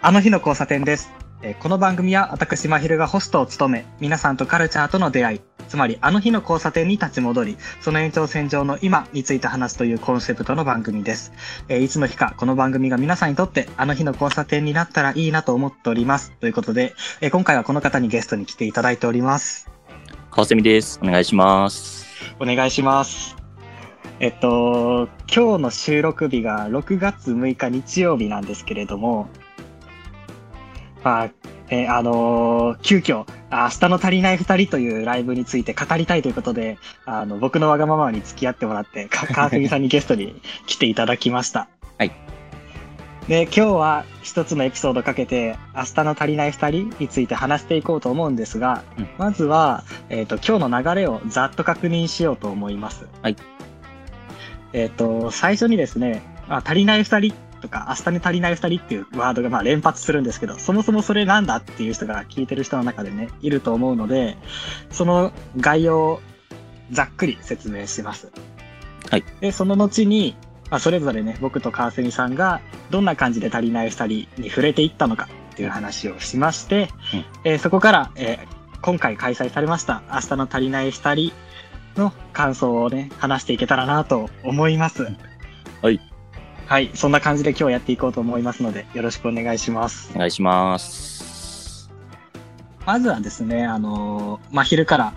あの日の交差点です。えーこの番組は私、まひるがホストを務め、皆さんとカルチャーとの出会い、つまりあの日の交差点に立ち戻り、その延長線上の今について話すというコンセプトの番組です。えーいつの日かこの番組が皆さんにとってあの日の交差点になったらいいなと思っております。ということで、えー今回はこの方にゲストに来ていただいております。川蝉です。お願いします。お願いします。えっと、今日の収録日が6月6日日曜日なんですけれども、まあ、ね、あのー急遽、あ明日の足りない二人というライブについて語りたいということで、あの、僕のわがままに付き合ってもらって、 か川澄さんにゲストに来ていただきました。はい。で、今日は一つのエピソードかけて、明日の足りない二人について話していこうと思うんですが、うんまずは、えっ、と、今日の流れをざっと確認しようと思います。はい。えっ、と、最初にですね、まあ、足りない二人とか、明日に足りない二人っていうワードがまあ連発するんですけど、そもそもそれなんだっていう人が聞いてる人の中でね、いると思うので、その概要をざっくり説明します。はい。で、その後に、まあ、それぞれね、僕と川澄さんが、どんな感じで足りない二人に触れていったのかっていう話をしまして、うんえーそこから、えー今回開催されました、明日の足りない二人の感想をね、話していけたらなと思います。はい。はい、そんな感じで今日やっていこうと思いますので、よろしくお願いしますお。願いします。まずはですね、あのー、まあ、昼から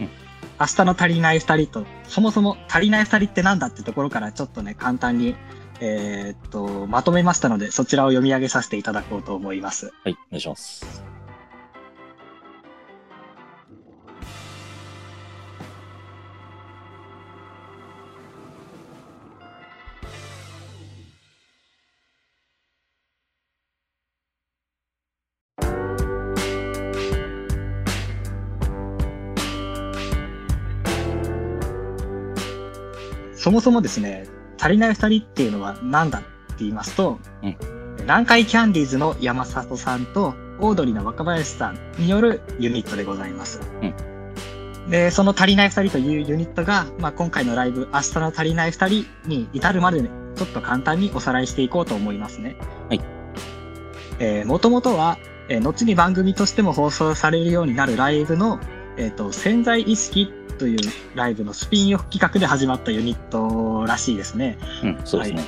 うん、明日の足りない二人と、そもそも足りない二人ってなんだってところからちょっとね、簡単に、えーっと、まとめましたので、そちらを読み上げさせていただこうと思います。はい、お願いします。そもそもですね、足りない二人っていうのは何だって言いますと、う南海キャンディーズの山里さんとオードリーの若林さんによるユニットでございます。で、その足りない二人というユニットが、まあ、今回のライブ、明日の足りない二人に至るまでね、ちょっと簡単におさらいしていこうと思いますね。はい。えー、もともとは、えー後に番組としても放送されるようになるライブの、えっ、と、潜在意識というライブのスピンオフ企画で始まったユニットらしいですね。うん、そうですね。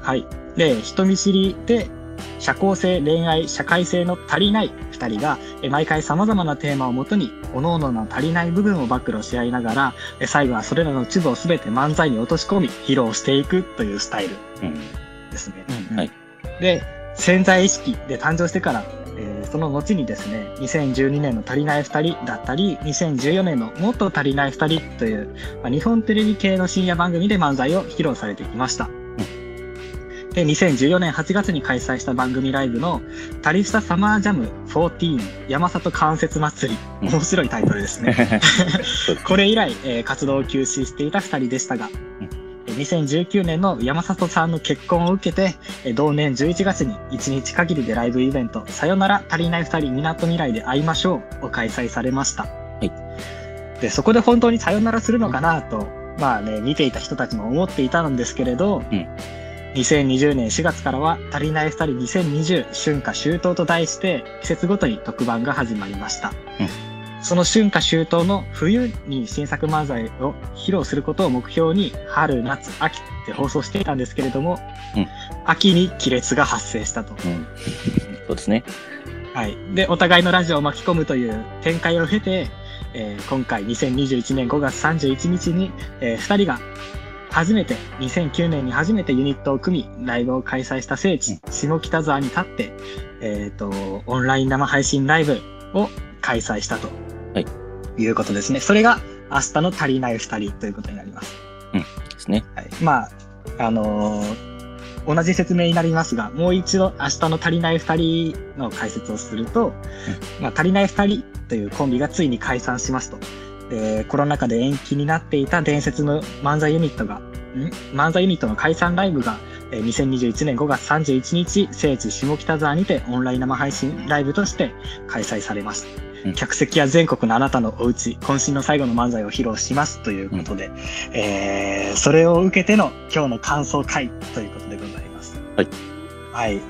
はい。で、人見知りで、社交性、恋愛、社会性の足りない二人が、え毎回様々なテーマをもとに、各々の足りない部分を暴露し合いながら、え最後はそれらの一部を全て漫才に落とし込み、披露していくというスタイルですね。うんはいで、潜在意識で誕生してから、えーその後にですね、2012年の足りない二人だったり、2014年のもっと足りない二人という、まあ、日本テレビ系の深夜番組で漫才を披露されてきました。で、2014年8月に開催した番組ライブの、タリスタサマージャム14山里関節祭り。面白いタイトルですうね。ん。 そうです これ以来、えー活動を休止していた2人でしたが、えー2019年の山里さんの結婚を受けて、えー同年11月に1日限りでライブイベント、さよなら足りない2人港未来で会いましょうを開催されました。で、そこで本当にさよならするのかなと、まあね、見ていた人たちも思っていたんですけれど、うん2020年4月からは、足りない2人2020春夏秋冬と題して、季節ごとに特番が始まりました。その春夏秋冬の冬に新作漫才を披露することを目標に春、夏、秋って放送していたんですけれども、うん秋に亀裂が発生したと。うんそうですね。はい。で、お互いのラジオを巻き込むという展開を経て、えー今回2021年5月31日に、え2人が初めて、2009年に初めてユニットを組み、ライブを開催した聖地、下北沢に立って、えっ、と、オンライン生配信ライブを開催したと。はい。いうことですね。それが明日の足りない2人ということになります。ですね。はい、まあ、あのー同じ説明になりますが、もう一度明日の足りない二人の解説をすると、まあ、足りない二人というコンビがついに解散しますと。でコロナ禍で延期になっていた伝説の漫才ユニットが、ん漫才ユニットの解散ライブが、えー2021年5月31日、聖地下北沢にてオンライン生配信ライブとして開催されます。うん客席や全国のあなたのおうち、渾身の最後の漫才を披露しますということで、えーそれを受けての今日の感想会ということでございます。はい。はい。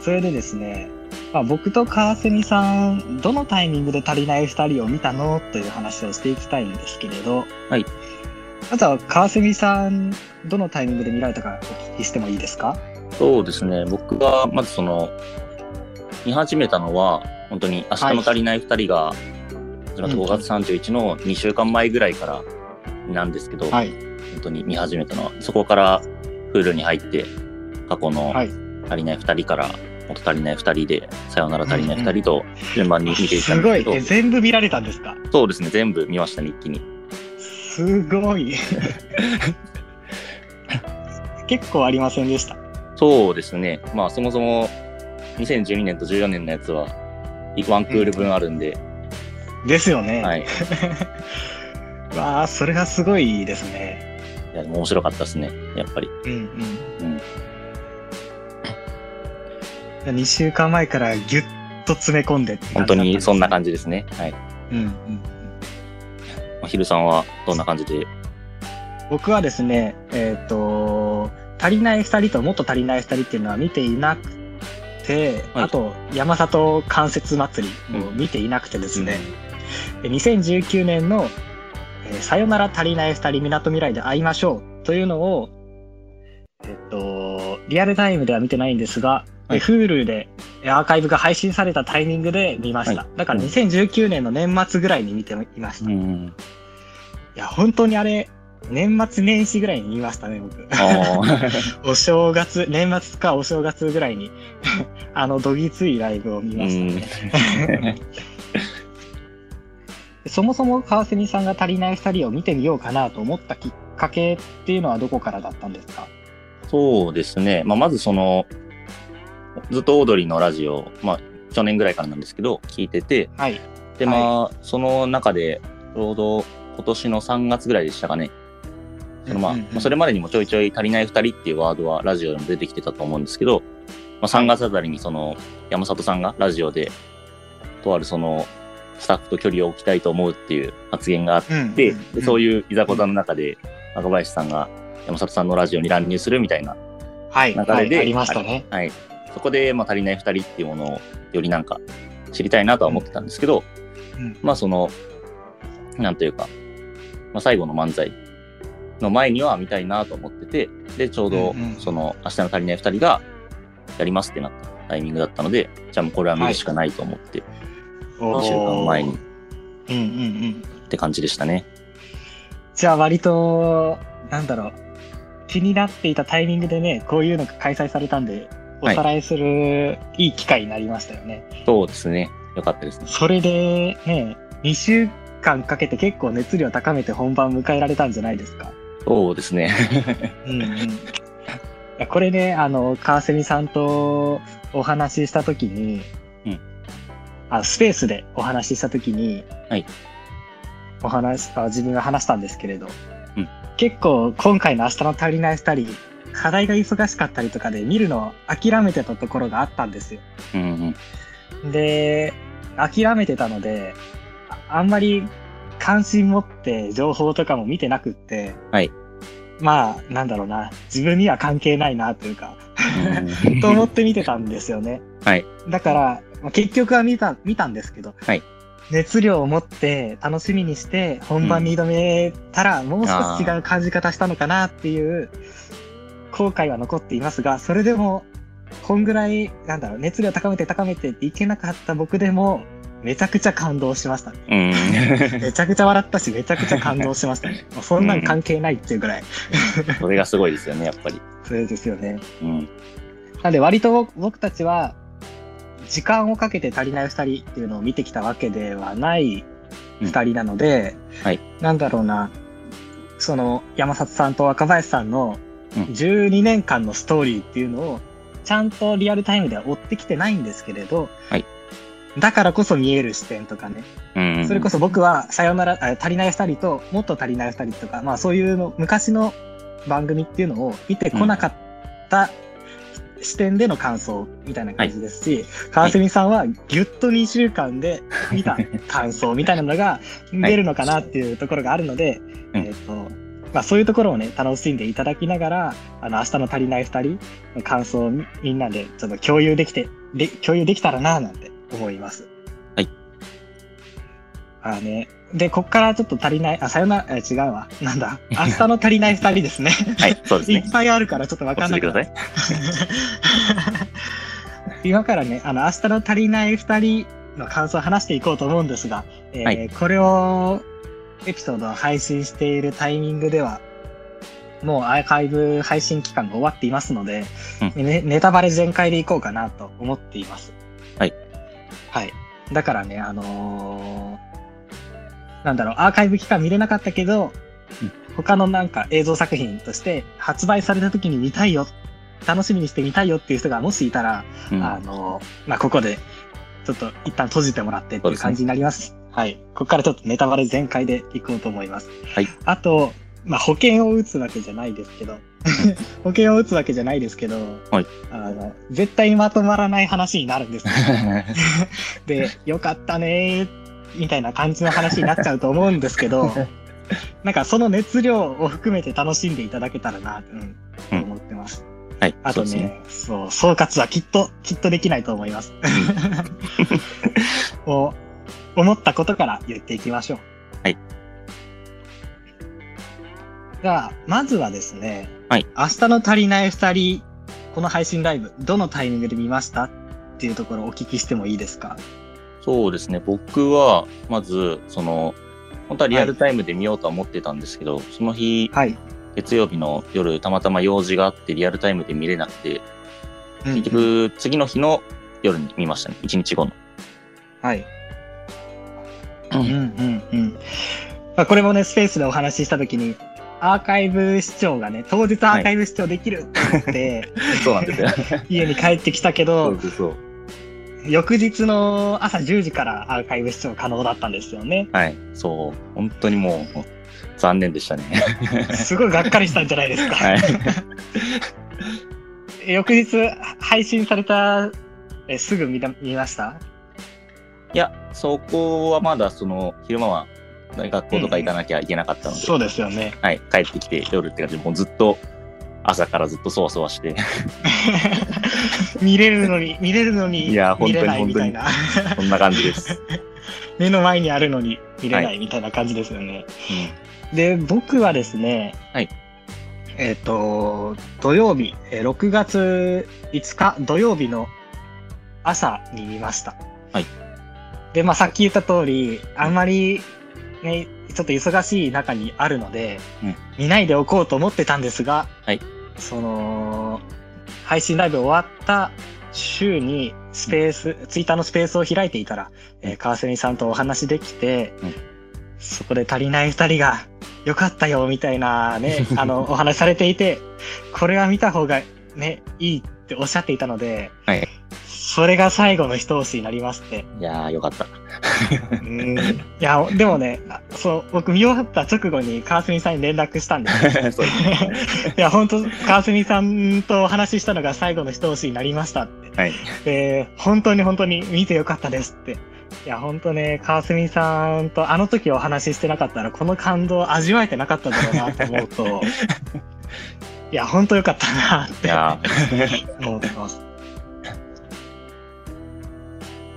それでですね、まあ、僕と川蝉さん、どのタイミングで足りない2人を見たのという話をしていきたいんですけれど、はい。まずは川蝉さん、どのタイミングで見られたかお聞きしてもいいですかそうですね、僕がまずその、見始めたのは、本当に明日の足りない2人が、始まったうん5月31の2週間前ぐらいからなんですけど、はい。本当に見始めたのは、そこからフールに入って、過去のはい。足りない2人から、もっと足りない2人で、さよなら足りない2人と順番に見ていったすんですごけい。ど、え全部見られたんですかそうですね、全部見ましたね、一気に。すご い。結構ありませんでした。そうですね、まあそもそも2012年と14年のやつは、ワンクール分あるんで、ですよね。はい、いわあ、それがすごいですね。やでも面白かったですね、やっぱり。うんうんうん。2週間前からギュッと詰め込んでって本当にそんなじ感じですね。はい。まだったんですね。うんうん。あヒルさんはどんな感じで僕はですね、えっ、と、足りない二人ともっと足りない二人っていうのは見ていなくて、はいあと、山里関節祭りも見ていなくてですね、で2019年の、えーさよなら足りない二人港未来で会いましょうというのを、えっ、と、リアルタイムでは見てないんですが、はい Hulu でえーアーカイブが配信されたタイミングで見ました。はだから2019年の年末ぐらいに見ていました。うん。いや、本当にあれ、年末年始ぐらいに見ましたね、僕。ああ。お正月、年末かお正月ぐらいに、 あの、どぎついライブを見うましたんね。。 そもそも川蝉さんが足りない二人を見てみようかなと思ったきっかけっていうのはどこからだったんですか そうですね。まあ、まずその、ずっとオードリーのラジオ、まあ、去年ぐらいからなんですけど、聞いてて、はい。で、まあ、その中で、ちょうど今年の3月ぐらいでしたかね。そのまあ、うんうんうんまあそれまでにもちょいちょい足りない2人っていうワードはラジオでも出てきてたと思うんですけど、まあ、3月あたりにその山里さんがラジオで、とあるそのスタッフと距離を置きたいと思うっていう発言があっうんて、でそういいういざこざの中で若林さんが山里さんのラジオに乱入するみたいな、うん、はい、流れではいありましたね。はい、そこで、まあ、足りない2人っていうものをよりなんか知りたいなとは思ってたんですけど、うんまあその、なんというか、まあ、最後の漫才の前には見たいなと思ってて、で、ちょうどうんうんその、明日の足りない2人がやりますってなったタイミングだったので、じゃあもうこれは見るしかないと思って、おー2週間前にっうんうんうん。て感じでしたね。じゃあ割と、なんだろう、気になっていたタイミングでね、こういうのが開催されたんで、おはいさらいするいい機会になりましたよね。そうですね。よかったですね。それでね、2週間かけて結構熱量高めて本番迎えられたんじゃないですか。そうですね。 うんうん。いやこれね、あの、川蝉さんとお話ししたときに、うんあ、スペースでお話ししたときに、はいお話あ、自分が話したんですけれど、うん結構今回の明日の足りない二人、課題が忙しかったりとかで見るのを諦めてたところがあったんですよ。うんうん。で、諦めてたので、ああんまり関心持って情報とかも見てなくって、はいまあ、なんだろうな、自分には関係ないなというか、と思って見てたんですよね。はいだから、まあ結局は見た、見たんですけど、はい熱量を持って楽しみにして本番に挑めたら、もう少し違う感じ方したのかなっていう後悔は残っていますが、それでも、こんぐらい、なんだろう、熱量高めて高めてっていけなかった僕でも、めちゃくちゃ感動しましたね。うん。めちゃくちゃ笑ったし、めちゃくちゃ感動しま したね。もうそんなん関係ないっていうぐらい。それがすごいですよね、やっぱり。それですよね。うん。なんで割と僕たちは時間をかけて足りない2人っていうのを見てきたわけではない2人なので、はいなんだろうなその山里さんと若林さんのうん12年間のストーリーっていうのをちゃんとリアルタイムでは追ってきてないんですけれど、はいだからこそ見える視点とかね、うんうん。それこそ僕はさよならあ足りない2人ともっと足りない2人とか、まあ、そういうの昔の番組っていうのを見てこなかった視点での感想みたいな感じですし、川澄さんはぎゅっと2週間で見た感想みたいなのが出るのかなっていうところがあるので、うんえっとまあ、そういうところをね、楽しんでいただきながら、あの、明日の足りない二人の感想をみみんなでちょっと共有できて、で、共有できたらなぁなんて思います。はい。あーね。で、こっからちょっと足りない、あ、さよなら、え違うわ。なんだ。明日の足りない二人ですね。はい、そうで すいねっ。ぱいあるからちょっとわおかんな続けくくなだっさたい。今からね、あの、明日の足りない二人の感想を話していこうと思うんですが、えーはいこれを、エピソードを配信しているタイミングでは、もうアーカイブ配信期間が終わっていますので、ねネタバレ全開でいこうかなと思っています。はい。はい。だからね、あのーなんだろう、アーカイブ期間見れなかったけど、うん他のなんか映像作品として発売された時に見たいよ、楽しみにしてみたいよっていう人がもしいたら、うんあのーまあ、ここで、ちょっと一旦閉じてもらってってそういうですね感じになります。はい。ここからちょっとネタバレ全開でいこうと思います。はい。あと、まあ、保険を打つわけじゃないですけど、 保険を打つわけじゃないですけど、はいあの、絶対まとまらない話になるん ですよ。で、よかったねー、みたいな感じの話になっちゃうと思うんですけ ど、なんかその熱量を含めて楽しんでいただけたらな、うん、うんと思ってます。はい、あとそうですね。ね、そう総括はきっと、きっとできないと思い ます。を思ったことから言っていきましょう。はい。じゃあ、まずはですね、はい、明日の足りない二人、この配信ライブ、どのタイミングで見ましたっていうところをお聞きしてもいいですかそうですね。僕は、まず、その、本当はリアルタイムで見ようとは思ってたんですけど、その日、はい。月曜日の夜、たまたま用事があって、リアルタイムで見れなくて、結局、次の日の夜に見ましたね。1日 後の。はい。ううんんうんうん。まあ、これもね、スペースでお話ししたときに、アーカイブ視聴がね、当日アーカイブ視聴できるって言そうなんですよ。って、家に帰ってきたけ そどう、そうそう。翌日の朝10時からアーカイブ視聴可能だったんですよね。はい。そう。本当にもう、残念でしたね。 すごいがっかりしたんじゃないですか。はい。翌日配信された、えすぐ見た見ましたいや、そこはまだ、その、昼間は、学校とか行かなきゃいけなかったので、そうですよね。はい。帰ってきて夜って感じで、もうずっと、朝からずっとそわそわして、見れるのに、見れるのに、いや見れないみたいな。そんな感じ です。目の前にあるのに見れなはいみたいな感じですよね。で、僕はですね、はいえっ、と、土曜日、えー6月5日土曜日の朝に見ました。はいで、まあさっき言った通り、あんまりね、ちょっと忙しい中にあるので、うん見ないでおこうと思ってたんですが、はいその、配信ライブ終わった週にスペース、ツイッターのスペースを開いていたら、えー川澄さんとお話できて、うんそこで足りない二人が、よかったよ、みたいなね、あ の、お話しされていて、これは見た方がね、いいっておっしゃっていたので、はいそれが最後の一押しになりまして。うん。いやー、よかった。うんいや、でもね、あそう、僕見終わった直後に川澄さんに連絡したんですよ。 そうですね。 いや、本当川澄さんとお話ししたのが最後の一押しになりましたって。はい。で、本当に本当に見てよかったですって。いや、本当ね、川澄さんとあの時お話ししてなかったら、この感動を味わえてなかっただろうなと思う と、いや、本当よかったなっいてや思ってます。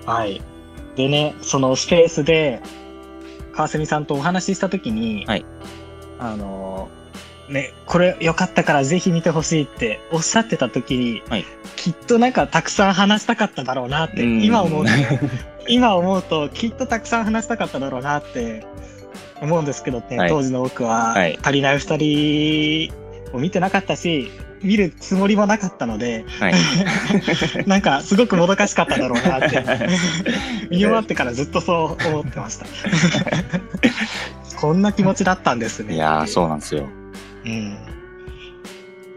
はい。でね、そのスペースで、川澄さんとお話ししたときに、はいあの、ね、これ良かったからぜひ見てほしいっておっしゃってたときに、はいきっとなんかたくさん話したかっただろうなって、うん今思 うと、今思うときっとたくさん話したかっただろうなって思うんですけどね、はい当時の僕は、はい足りない二人を見てなかったし、見るつもりもなかったので、ーはい。なんかすごくもどかしかっただろうな って、見終わっててからずっとそう思ってました。こんな気持ちだったんですね。いやー、そうなんですよ。うん。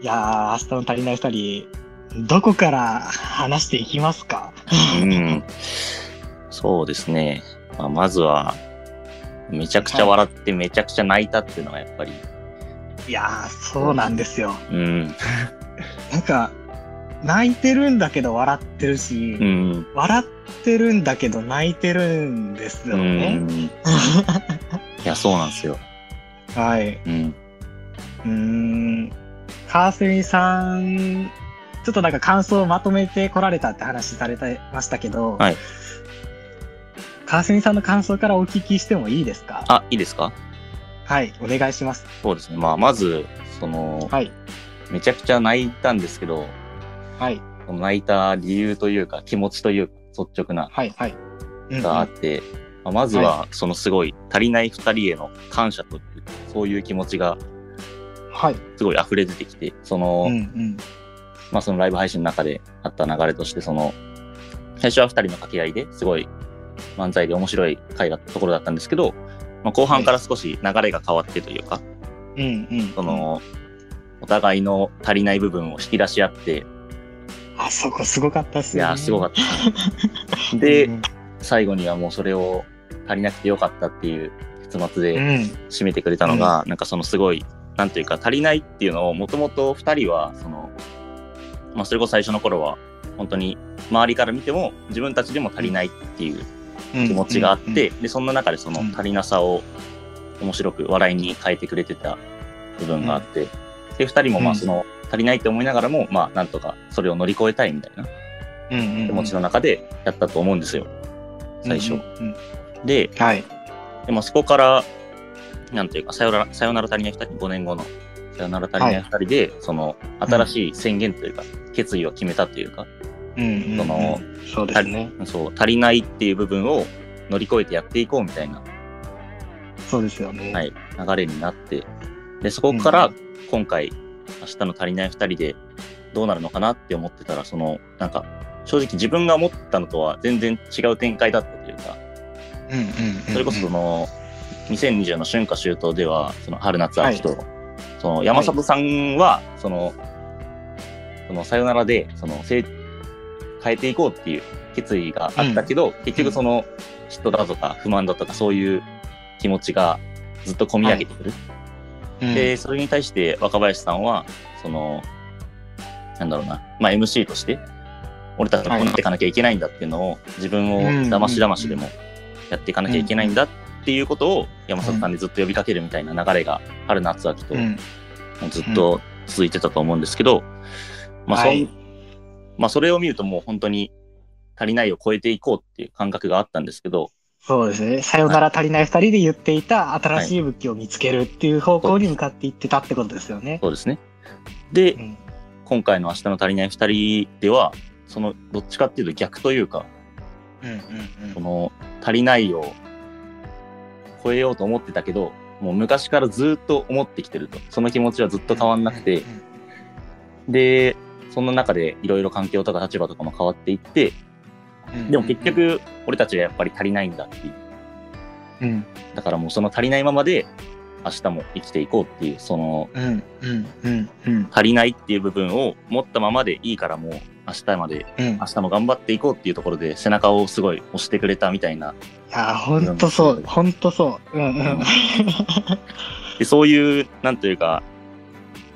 いやー、明日の足りない二人、どこから話していきますかうん。そうですね。まあ、まずは、めちゃくちゃ笑って、めちゃくちゃ泣いたっていうのがやっぱり、いやー、そうなんですよ。うん。なんか、泣いてるんだけど笑ってるし、うん。笑ってるんだけど泣いてるんですうよね。ん。いや、そうなんですよ。はい。うん。うーん。川澄さん、ちょっとなんか感想をまとめてこられたって話されてましたけど、はい川澄さんの感想からお聞きしてもいいですかあ、いいですかはい、お願いします。そうですね。まあ、まず、その、はい、めちゃくちゃ泣いたんですけど、はい、その泣いた理由というか、気持ちというか、率直な、はい、はい。うんうんがあって、まあまずは、そのすごい、足りない二人への感謝という、そういう気持ちがはい。すごい溢れ出てきて、その、うんうん。まあ、そのライブ配信の中であった流れとして、その、最初は2人の掛け合いですごい漫才で面白い回だったところだったんですけど、まあ、後半から少し流れが変わってというか、うんうん。そ、の、お互いの足りない部分を引き出し合って、あそこすごかったっすいね。やー、すごかっった。たうで、ん最後にはもうそれを足りなくてよかったっていう結末うでん。締めてくれたのが、なんかそのすごい、なんていうか足りないっていうのをもともと2人は、その、まあ、それこそ最初の頃は、本当に周りから見ても自分たちでも足りないっていううん気持ちがあっ、て、うで、そんな中でその足りなさを面白く笑いに変えてくれてた部分があって、で、二人もまうあんその足りないって思いながらも、まあなんとかそれを乗り越えたいみたいなうんうんうん、気持ちの中でやったと思うんですよ、最初うん。うんうんで、はい。でまあそこから、なんていうか、さよなら、さよなら足りない二人、5年後のさよなら足りない二人で、その新しい宣言というか、決意を決めたというか、うんうんうんその、そうですね。そう、足りないっていう部分を乗り越えてやっていこうみたいなそうですよね。。はいい、流れになって、で、そこからうん今回、明日の足りない2人でどうなるのかなって思ってたら、その、なんか、正直自分が思ったのとは全然違う展開だったというか、うんうんうんうんそれこそその、2020の春夏秋冬では、その春夏秋冬、その山里さんは、その、そのさよならで、その、せい変えていこうっていう決意があったけど、結局その、嫉妬だとか不満だとかそういう気持ちがずっと込み上げてくる。うんで、それに対して若林さんは、その、なんだろうな、まあ、MC として、俺たちはこうなっていかなきゃいけないんだっていうのを、自分をだましだましでもやっていかなきゃいけないんだっていうことを、山里さんにずっと呼びかけるみたいな流れが、春夏秋とうんずっと続いてたと思うんですけど、まあ、そはういまあ、それを見るともう本当に足りないを超えていこうっていう感覚があったんですけど、そうですね。さよなら足りない二人で言っていた新しい武器を見つけるっていう方向に向かっていってたってことですよね。そうですね。で、うん今回の明日の足りない2人では、その、どっちかっていうと逆というか、うんその足りないを超えようと思ってたけど、もう昔からずっと思ってきてると。その気持ちはずっと変わんなくて、。で、その中でいろいろ環境とか立場とかも変わっていって、でも結、局俺たちがやっぱり足りないんだっていう。うんだからもうその足りないままで明日も生きていこうっていう、そのうんうんうんうん足りないっていう部分を持ったままでいいからもう明日まで、うん。い明日も頑張っていこうっていうところで背中をすごい押してくれたみたいなや、ほんとそう。ほんとそう。うんうんでそういう、なんというか、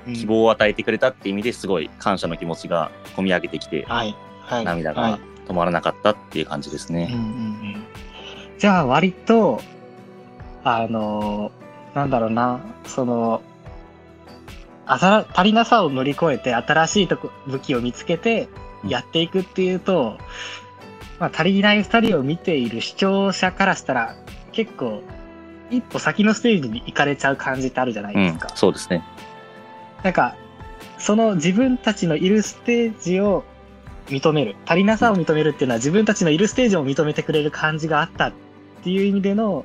うん。希望を与えてくれたっていう意味ですごい感謝の気持ちが込み上げてきて、はい。はい。涙はいが止まらなかったっていう感じですうんね。うんうんじゃあ割とあのなんだろうなそのあたら足りなさを乗り越えて新しいとこ武器を見つけてうんやっていくっていうと、まあ、足りない2人を見ている視聴者からしたら結構一歩先のステージに行かれちゃう感じってあるじゃないうん、ですか。そうですね。なんか、その自分たちのいるステージを認める、足りなさを認めるっていうのは自分たちのいるステージを認めてくれる感じがあったっていう意味での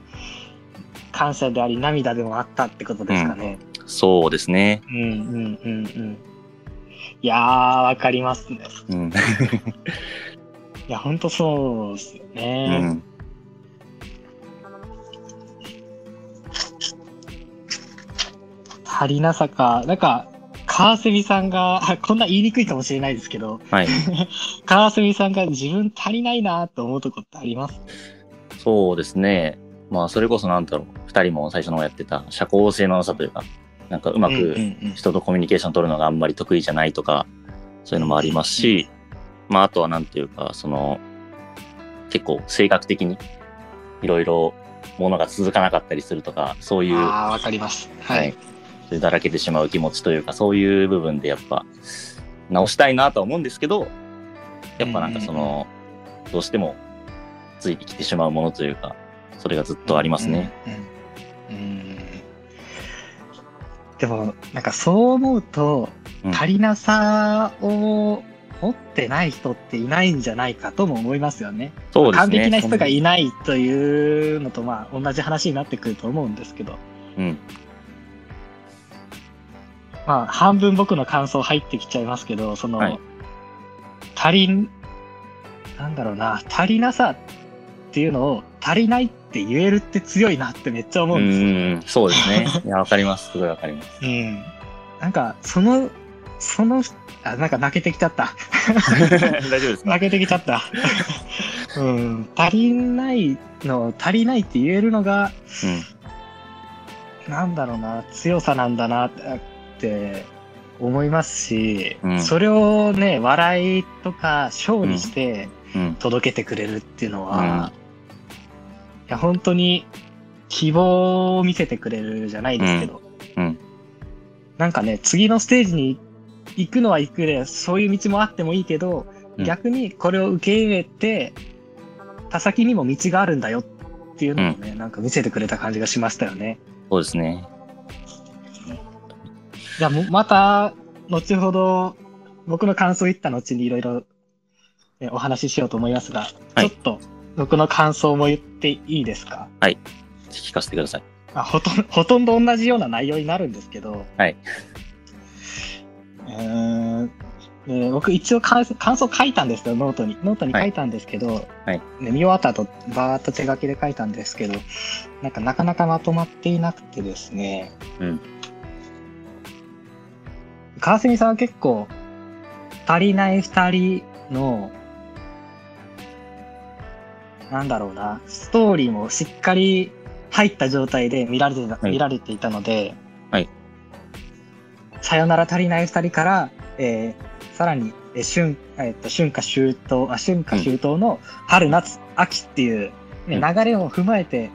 感謝であり涙でもあったってことですかね。そうですね。うん、うん、うん、うん。いやー、わかりますね。うん。いや、ほんとそうですよ うね。ん、足りなさか、なんか、川澄さんが、 こんな言いにくいかもしれないですけど、はい。川澄さんが自分足りないなーと思うとこってありますそうですね。まあ、それこそなんだろう。二人も最初の方やってた社交性のなさというか、なんかうまうんうんうくん人とコミュニケーション取るのがあんまり得意じゃないとか、そういうのもありますし、まあ、あとはなんていうか、その、結構性格的にいろいろものが続かなかったりするとか、そういうああ、わかります。はい。でだらけてしまう気持ちというか、そういう部分でやっぱ、直したいなとは思うんですけど、やっぱなんかその、どうしてもついてきてしまうものというか、それがずっとありますね。うん。うん。うんでも、なんかそう思うと、うん足りなさを持ってない人っていないんじゃないかとも思いますよね。そうです完ね。璧な人がいないというのと、まあ、同じ話になってくると思うんですけど、うん。まあ、半分僕の感想入ってきちゃいますけど、その、はい足りん、なんだろうな、足りなさっていうのを足りないって言えるって強いなってめっちゃ思ううんですよ。ん、そうです ね。いや、わかります。すごいわかり ます。うん。なんか、その、その、あ、なんか泣けてきちゃった。大丈夫です か泣けてきちゃった。 うん。足りないの、足りないって言えるのが、うん。なんだろうな、強さなんだなって思いますし、うんそれをね、笑いとか、ショーにしてうん。届けてくれるっていうのうんは、いや、本当に希望を見せてくれるじゃないですけど、うんうんなんかね、次のステージに行くのは行くで、そういう道もあってもいいけど、うん逆にこれを受け入れて、他先にも道があるんだよっていうのをね、なんか見せてくれた感じがしましたよね。そうですね。じゃあも、また、後ほど、僕の感想言った後にいろいろねお話ししようと思いますが、はいちょっと、僕の感想も言っていいですか聞かせてください。あほとんほとんど同じような内容になるんですけど、はい。えーんえー僕一応感感想書いたんですよ、ノートに。ノートに書いたんですけど、はいね見終わった後、バーっと手書きで書いたんですけど、なんかなかなかまとまっていなくてですね。うん。川澄さんは結構、足りない二人の、なんだろうな、ストーリーもしっかり入った状態で見られてた,、い見られていたので、はいさよなら足りない二人から、えーさらに、えー春、えーっと、春夏秋冬、あ、春夏秋冬の春夏秋っていう、ね、う流れを踏まえて、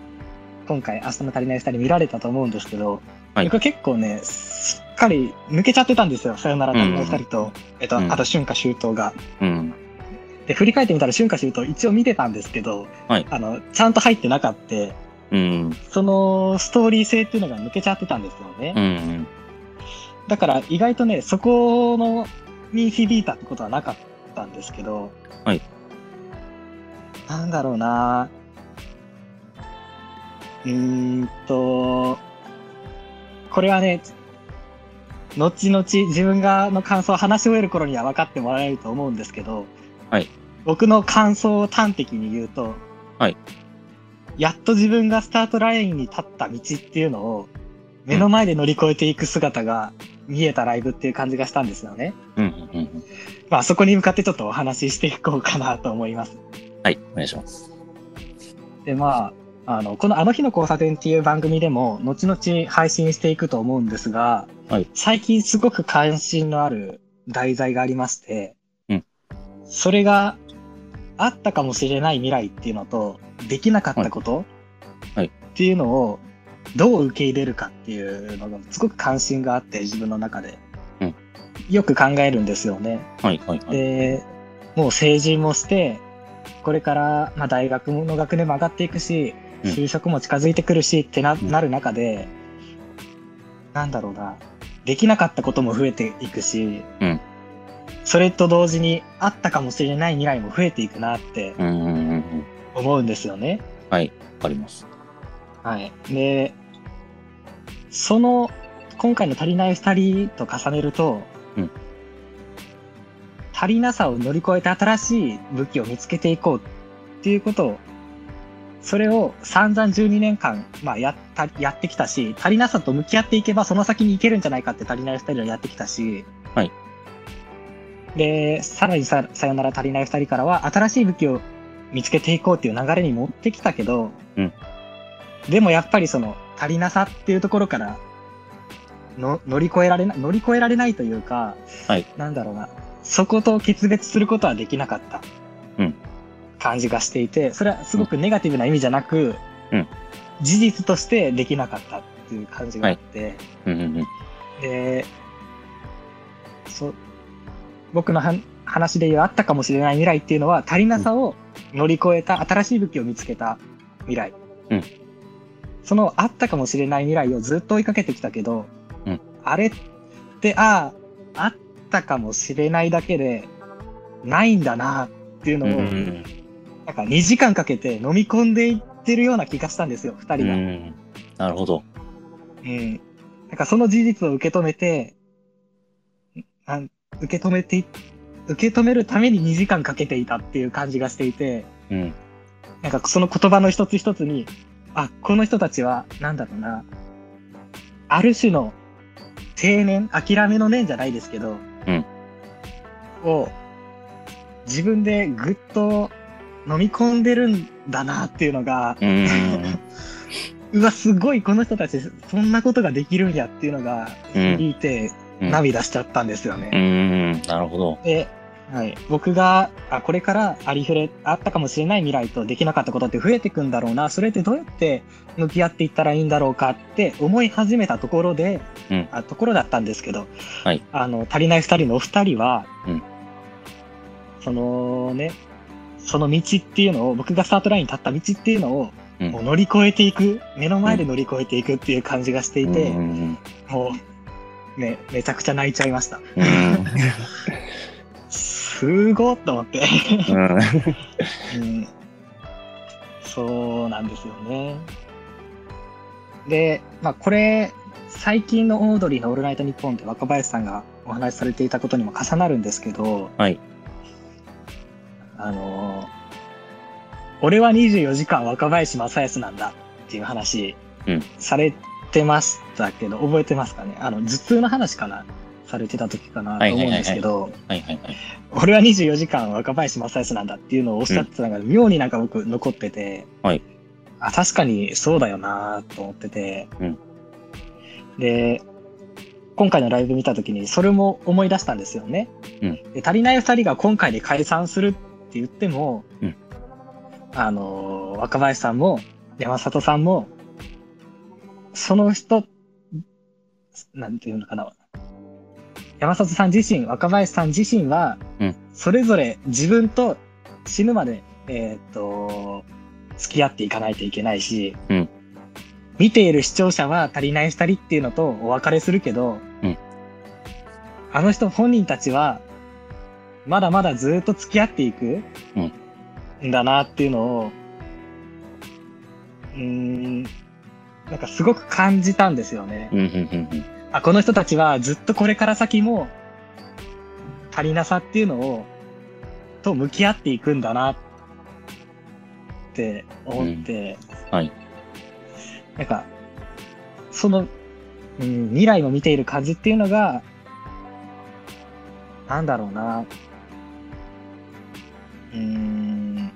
今回、明日の足りない二人見られたと思うんですけど、はい僕結構ね、すっかり抜けちゃってたんですよ。さよなら足りない二人と、えっと、うんあと春夏秋冬が。うん。で、振り返ってみたら春夏秋冬一応見てたんですけど、はいあの、ちゃんと入ってなかった、うん。そのストーリー性っていうのが抜けちゃってたんですよね。うん。だから意外とね、そこのに響いたってことはなかったんですけど、はい。なんだろうなうーんと、これはね、後々自分がの感想を話し終える頃には分かってもらえると思うんですけど、はい。僕の感想を端的に言うと、はい。やっと自分がスタートラインに立った道っていうのを、目の前で乗り越えていく姿が見えたライブっていう感じがしたんですよね。うん。うん。まあそこに向かってちょっとお話ししていこうかなと思います。はい。お願いします。でまあ、あの、このあの日の交差点っていう番組でも後々配信していくと思うんですが、はい最近すごく関心のある題材がありまして、うんそれがあったかもしれない未来っていうのと、できなかったこと、はいっていうのをどう受け入れるかっていうのがすごく関心があって自分の中で、うんよく考えるんですよね。はい。はい。はい。で、もう成人もして、これから、まあ、大学の学年も上がっていくし、うん就職も近づいてくるしってな,、うんなる中で、なんだろうな、できなかったことも増えていくし、うんそれと同時にあったかもしれない未来も増えていくなってうん。うん。うん。思うんですよね。はい。わかります。はい。で、その、今回の足りない二人と重ねると、うん足りなさを乗り越えて新しい武器を見つけていこうっていうことを、それを散々12年間、まあ、やった、やってきたし、足りなさと向き合っていけばその先に行けるんじゃないかって足りない二人はやってきたし、はいで、さらにさ、さよなら足りない二人からは、新しい武器を見つけていこうっていう流れに持ってきたけど、でもやっぱりその足りなさっていうところからの乗り越えられない、乗り越えられないというか、はいなんだろうな、そこと決別することはできなかったうん感じがしていて、それはすごくネガティブな意味じゃなく、うん事実としてできなかったっていう感じがあって、うん。うん。えーそう僕のはん話で言うあったかもしれない未来っていうのは足りなさを乗り越えた新しい武器を見つけた未来、うんそのあったかもしれない未来をずっと追いかけてきたけど、うんあれってあああったかもしれないだけでないんだなっていうのうを、んうんなんか2時間かけて飲み込んでいってるような気がしたんですよ2う人が。ん。なるほど。うん。なんかその事実を受け止めて、なん受け止めてい、受け止めるために2時間かけていたっていう感じがしていて、うん。なんかその言葉の一つ一つに、あ、この人たちは、なんだろうな、ある種の定年、諦めの念じゃないですけど、うんを、自分でぐっと飲み込んでるんだなっていうのが、うんうん うわ、すごい、この人たち、そんなことができるんやっていうのが、うん響いて、うん。涙しちゃったんですようんね。うん。なるほど。で、はい、僕が、あ、これからありふれ、あったかもしれない未来とできなかったことって増えてくんだろうな、それってどうやって向き合っていったらいいんだろうかって思い始めたところで、うんあところだったんですけど、はいあの、足りない二人のお二人は、うんそのね、その道っていうのを、僕がスタートラインに立った道っていうのを、うんもう乗り越えていく、目の前で乗り越えていくっていう感じがしていて、うんうんうんもう、ね、めちゃくちゃ泣いちゃいました。うんすごっと思って、 うんうん。そうなんですよね。で、まあこれ、最近のオードリーのオールナイトニッポンで若林さんがお話しされていたことにも重なるんですけど、はい。あの、俺は24時間若林正康なんだっていう話うんされてましたけど、覚えてますかねあの、頭痛の話かなされてた時かなと思うんですけど、はいはいはい。俺は24時間若林正康なんだっていうのをおっしゃってたのが、妙になんか僕残ってて、はいあ確かにそうだよなと思ってて、うんで今回のライブ見た時にそれも思い出したんですよね、うんで足りない2人が今回で解散するって言っても、うんあのー若林さんも山里さんもその人なんていうのかな山里さん自身若林さん自身はそれぞれ自分と死ぬまで、えーっと、付き合っていかないといけないし、うん見ている視聴者は足りない二人っていうのとお別れするけど、うんあの人本人たちは、まだまだずっと付き合っていく、んだなっていうのを、うーん、なんかすごく感じたんですよね。うんうんうんあこの人たちはずっとこれから先も足りなさっていうのをと向き合っていくんだなって思って、うんはいなんかその、うん、未来を見ている感じっていうのがなんだろうなうーん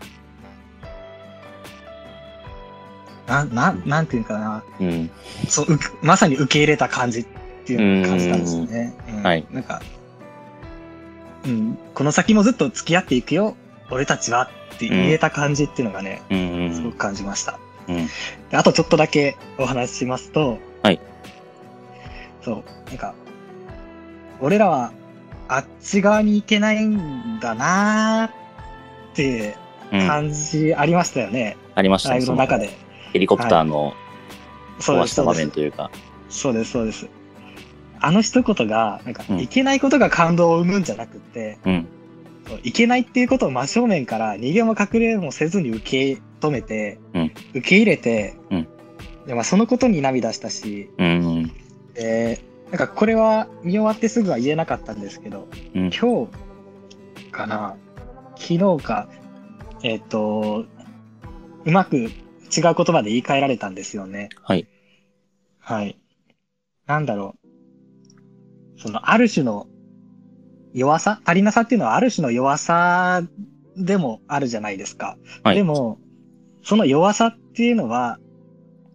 な、な、なんていうかな。うん。うん。そう、うまさに受け入れた感じっていうのを感じたんですよね。うんはいなんか、うん、この先もずっと付き合っていくよ、俺たちはって言えた感じっていうのがね、うんうんすごく感じました。うんであとちょっとだけお話ししますと、はい。そう、なんか、俺らはあっち側に行けないんだなーってうん。感じありましたよね、ありましたライね。ブそのの中で。ヘリコプターのそう壊でしす、そたう場です面。というか。そうです、そうです。あの一言が、なんか、うんいけないことが感動を生むんじゃなくって、うん。そういけないっていうことを真正面から逃げも隠れもせずに受け止めて、うん受け入れて、うんでまあ、そのことに涙したし、うん。でなんかこれは見終わってすぐは言えなかったんですけど、うん今日かな昨日か、えっ、と、うまく違う言葉で言い換えられたんですよね。はい。はい。なんだろう。その、ある種の弱さ足りなさっていうのはある種の弱さでもあるじゃないですか。はいでも、その弱さっていうのは、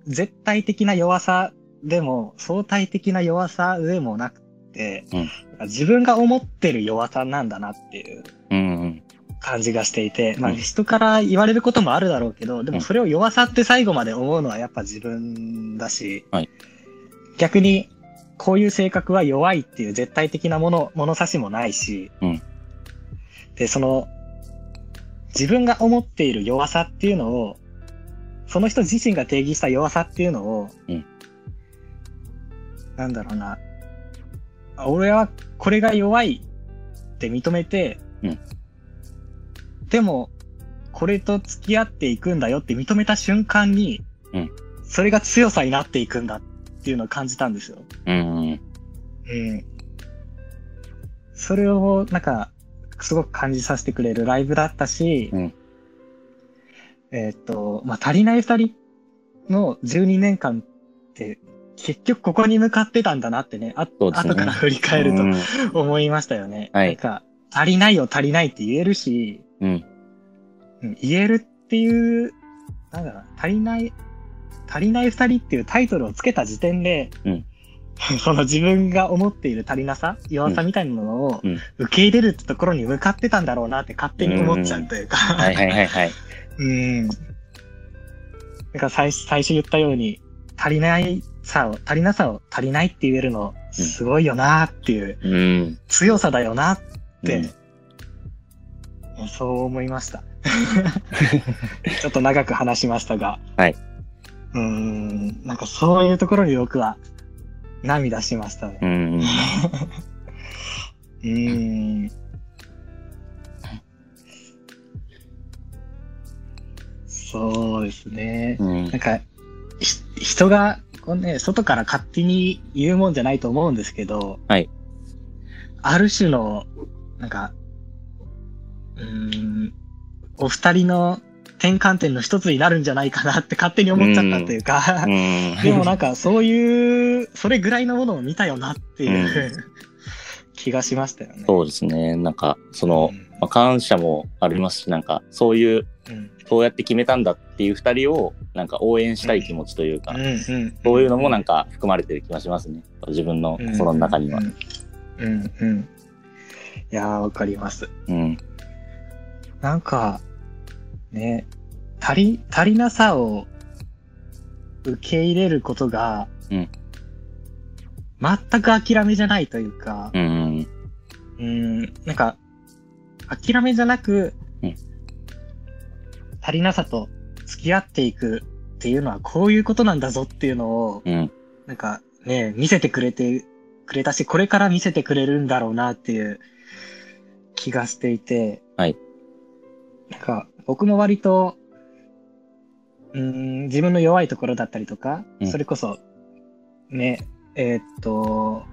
絶対的な弱さでも、相対的な弱さでもなくて、うん自分が思ってる弱さなんだなっていううんうん。感じがしていて、まあうん人から言われることもあるだろうけど、でうもんそれを弱さって最後まで思うのはやっぱ自分だし、はい逆にこういう性格は弱いっていう絶対的なもの、物差しもないし、うんで、その、自分が思っている弱さっていうのを、その人自身が定義した弱さっていうのを、うんなんだろうな、あ俺はこれが弱いって認めて、うんでも、これと付き合っていくんだよって認めた瞬間に、うんそれが強さになっていくんだっていうのを感じたんですよ。うん。うん。それを、なんか、すごく感じさせてくれるライブだったし、うんえーっと、まあ、足りない二人の12年間って、結局ここに向かってたんだなってね、あそうですね後から振り返るうとん思いましたよね。はいなんか、足りないよ足りないって言えるし、うん。うん言えるっていう、なんだろう、足りない、足りない二人っていうタイトルをつけた時点で、うん その自分が思っている足りなさ、弱さみたいなものをうんうん受け入れるってところに向かってたんだろうなって勝手に思っちゃうというか、はいはいはいはい。 うん。だから最最初言ったように、足りないさを、足りなさを足りないって言えるの、すごいよなっていう、うん。強さだよなっうてん、そう思いました。 ちょっと長く話しましたが。はい。うーん、なんかそういうところに僕は涙しましたね。うん。うーん。そうですね。うんなんか、ひ人が、こうね、外から勝手に言うもんじゃないと思うんですけど、はい。ある種の、なんか、うーん、お二人の転換点の一つになるんじゃないかなって勝手に思っちゃったというか、う ん。でもなんかそういう、それぐらいのものを見たよなっていう、気がしましたよね。そうですね。なんか、そのう、んまあ、感謝もありますし、なんか、そういう、うんそうやって決めたんだっていう二人を、なんか応援したい気持ちというか、うんうんそういうのもなんか含まれてる気がしますね。自分の心の中には。うんうん、うんうんいやー、わかります。うん。なんか、ね、足り、足りなさを受け入れることが、うん全く諦めじゃないというかう、ん。うん、なんか、諦めじゃなく、うん足りなさと付き合っていくっていうのはこういうことなんだぞっていうのを、うん。なんかね、見せてくれて、くれたし、これから見せてくれるんだろうなっていう気がしていて。はい。なんか、僕も割と、うーん、自分の弱いところだったりとか、うんそれこそ、ね、えーっと、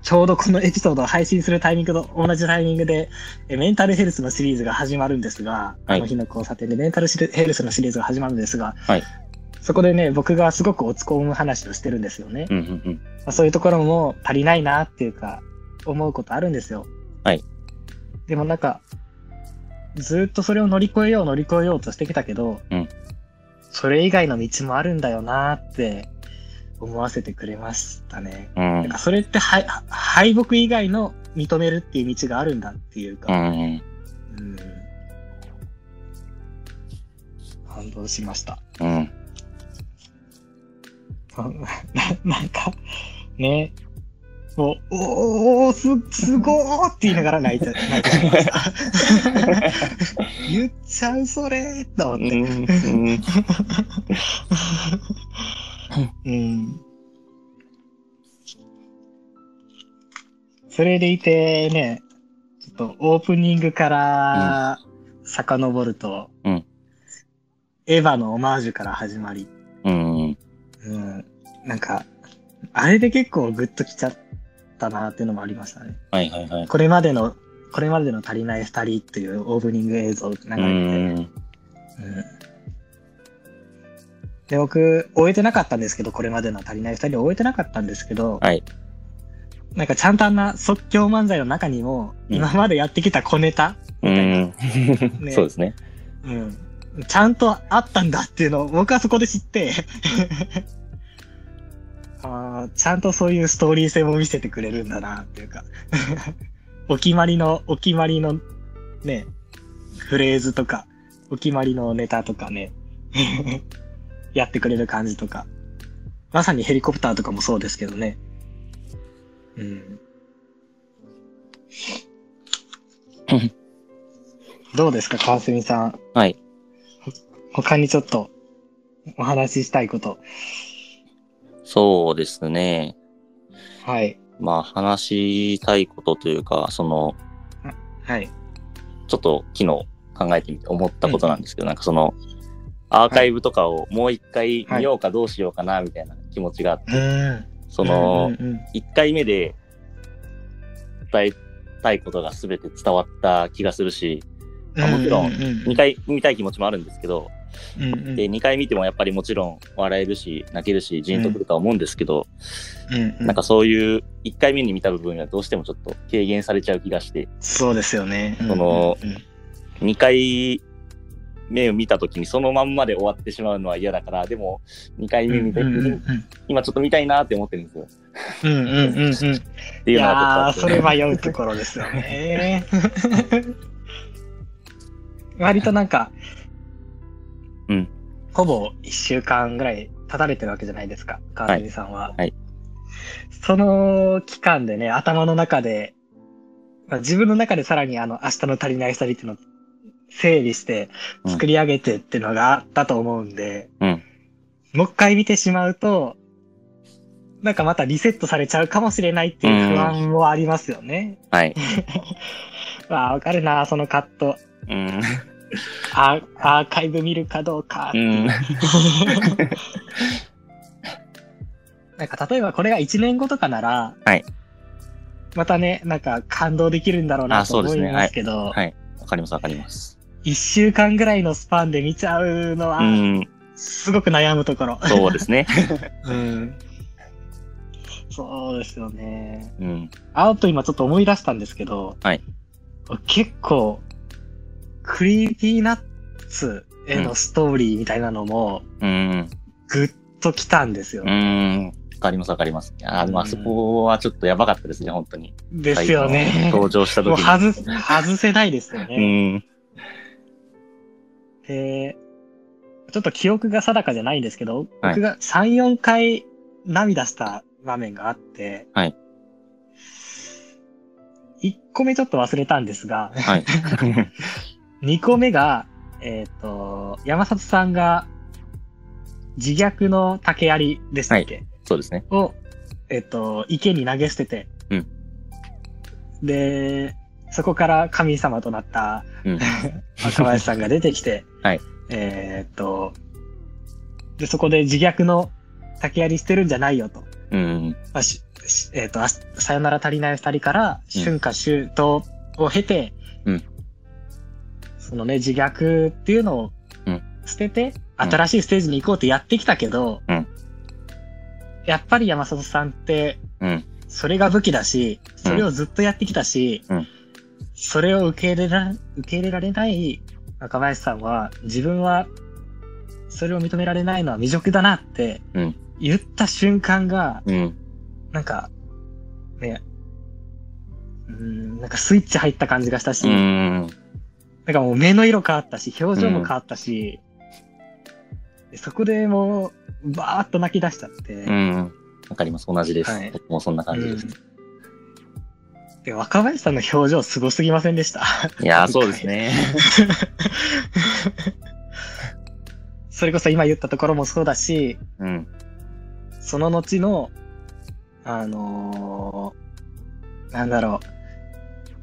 ちょうどこのエピソードを配信するタイミングと同じタイミングで、えメンタルヘルスのシリーズが始まるんですが、はあいの日の交差点でメンタルヘルスのシリーズが始まるんですが、はいそこでね、僕がすごく落ち込む話をしてるんですよね。うん。うん。まあ、そういうところも足りないなっていうか、思うことあるんですよ。はい。でもなんか、ずーっとそれを乗り越えよう乗り越えようとしてきたけど、うんそれ以外の道もあるんだよなーって思わせてくれましたね。うん。なんかそれって敗敗北以外の認めるっていう道があるんだっていううか、ん。うん感動しました。うん。そうな なんか、ね、もう、おおーす、すごーって言いながら泣いて、泣いてしまいました。 言っちゃう、それーと思って。うん。うん。それでいてね、ちょっとオープニングから遡ると、うんエヴァのオマージュから始まり、うん。うん、なんか、あれで結構グッときちゃったなっていうのもありましたね。はいはいはい。これまでの、これまでの足りない二人っていうオープニング映像流れて、ううんん。で、僕、終えてなかったんですけど、これまでの足りない二人を終えてなかったんですけど、はい。なんかちゃんとあんな即興漫才の中にも、うん今までやってきた小ネタ、うん。ねそうですね。うん、ちゃんとあったんだっていうのを僕はそこで知って あーちゃんとそういうストーリー性も見せてくれるんだなっていうか お決まりのお決まりのねフレーズとかお決まりのネタとかね やってくれる感じとかまさにヘリコプターとかもそうですけどねうん。どうですか、川澄さん。はい。他にちょっとお話ししたいこと。そうですね。はい。まあ話したいことというか、その、はい。ちょっと昨日考えてみて思ったことなんですけど、なんかその、アーカイブとかをもう一回見ようかどうしようかなみたいな気持ちがあって、うん。その、うんうん一回目で伝えたいことが全て伝わった気がするし、うあもちろううんん二回見たい気持ちもあるんですけど、うんうんで、2回見てもやっぱりもちろん笑えるし、泣けるし、ジーンとくるとは思うんですけど、うんうんなんかそういう1回目に見た部分がどうしてもちょっと軽減されちゃう気がして、そうですよね。そのうんうんうん2回目を見た時にそのまんまで終わってしまうのは嫌だから、でも2回目見て、うんうん今ちょっと見たいなって思ってるんですよ。うんうんうんうんうんっいていうのやはー、ちそょっとあってれ迷うところですよね。 割となんか、うんほぼ1週間ぐらい経たれてるわけじゃないですか、川澄さんは。はいその期間でね、頭の中で、まあ自分の中でさらにあの、明日の足りない二人っていうのを整理してうん作り上げてっていうのがあったと思うんで、うんもう一回見てしまうと、なんかまたリセットされちゃうかもしれないっていう不安もありますよね。 はい。わあ、わかるな、そのカット。うん。あアーカイブ見るかどうか。うん。なんか、例えばこれが1年後とかなら、はいまたね、なんか感動できるんだろうなあとそうで思すいねますけど、はい。わかります、わかります。 1週間ぐらいのスパンで見ちゃうのうは、ん。すごく悩むところ。そうですね。 うん。そうですよね。うん。あと今ちょっと思い出したんですけど、はい結構、クリーピーナッツへのストーリーみたいなのも、うん。ぐっと来たんですよ。うん。わかります、わかります。あーまあそこはちょっとやばかったですね、本当に。ですよね。登場したもう時外す、外せないですよね。に。で、ちょっと記憶が定かじゃないんですけど、はい僕が3、4回涙した場面があって、はい1個目ちょっと忘れたんですがうん。、はい。 2個目が、えっ、と、山里さんが自虐の竹槍でしたっけ、そうですね。を、えっ、と、池に投げ捨てて、うんで、そこから神様となったうん。若林さんが出てきて、 はいえーっと、で、そこで自虐の竹槍してるんじゃないよと。うん。まあししえーっとあ、さよなら足りない二人から、春夏秋冬を経て、うんそのね、自虐っていうのをうん捨てて、うん新しいステージに行こうってやってきたけど、うんやっぱり山里さんって、うん。それが武器だし、それをずっとやってきたし、うんそれを受け入れら受け入れられない若林さんは、自分はそれを認められないのは未熟だなってうん言った瞬間が、うん。なんか、ね、うーん、なんかスイッチ入った感じがしたし、うん。なんかもう目の色変わったし、表情も変わったし、でそこでもう、バーっと泣き出しちゃって、うん。わかります。同じですはい。僕もそんな感じです。で若林さんの表情すごすぎませんでした。 いやー、そうです ね。それこそ今言ったところもそうだし、うん。その後の、あのーなんだろ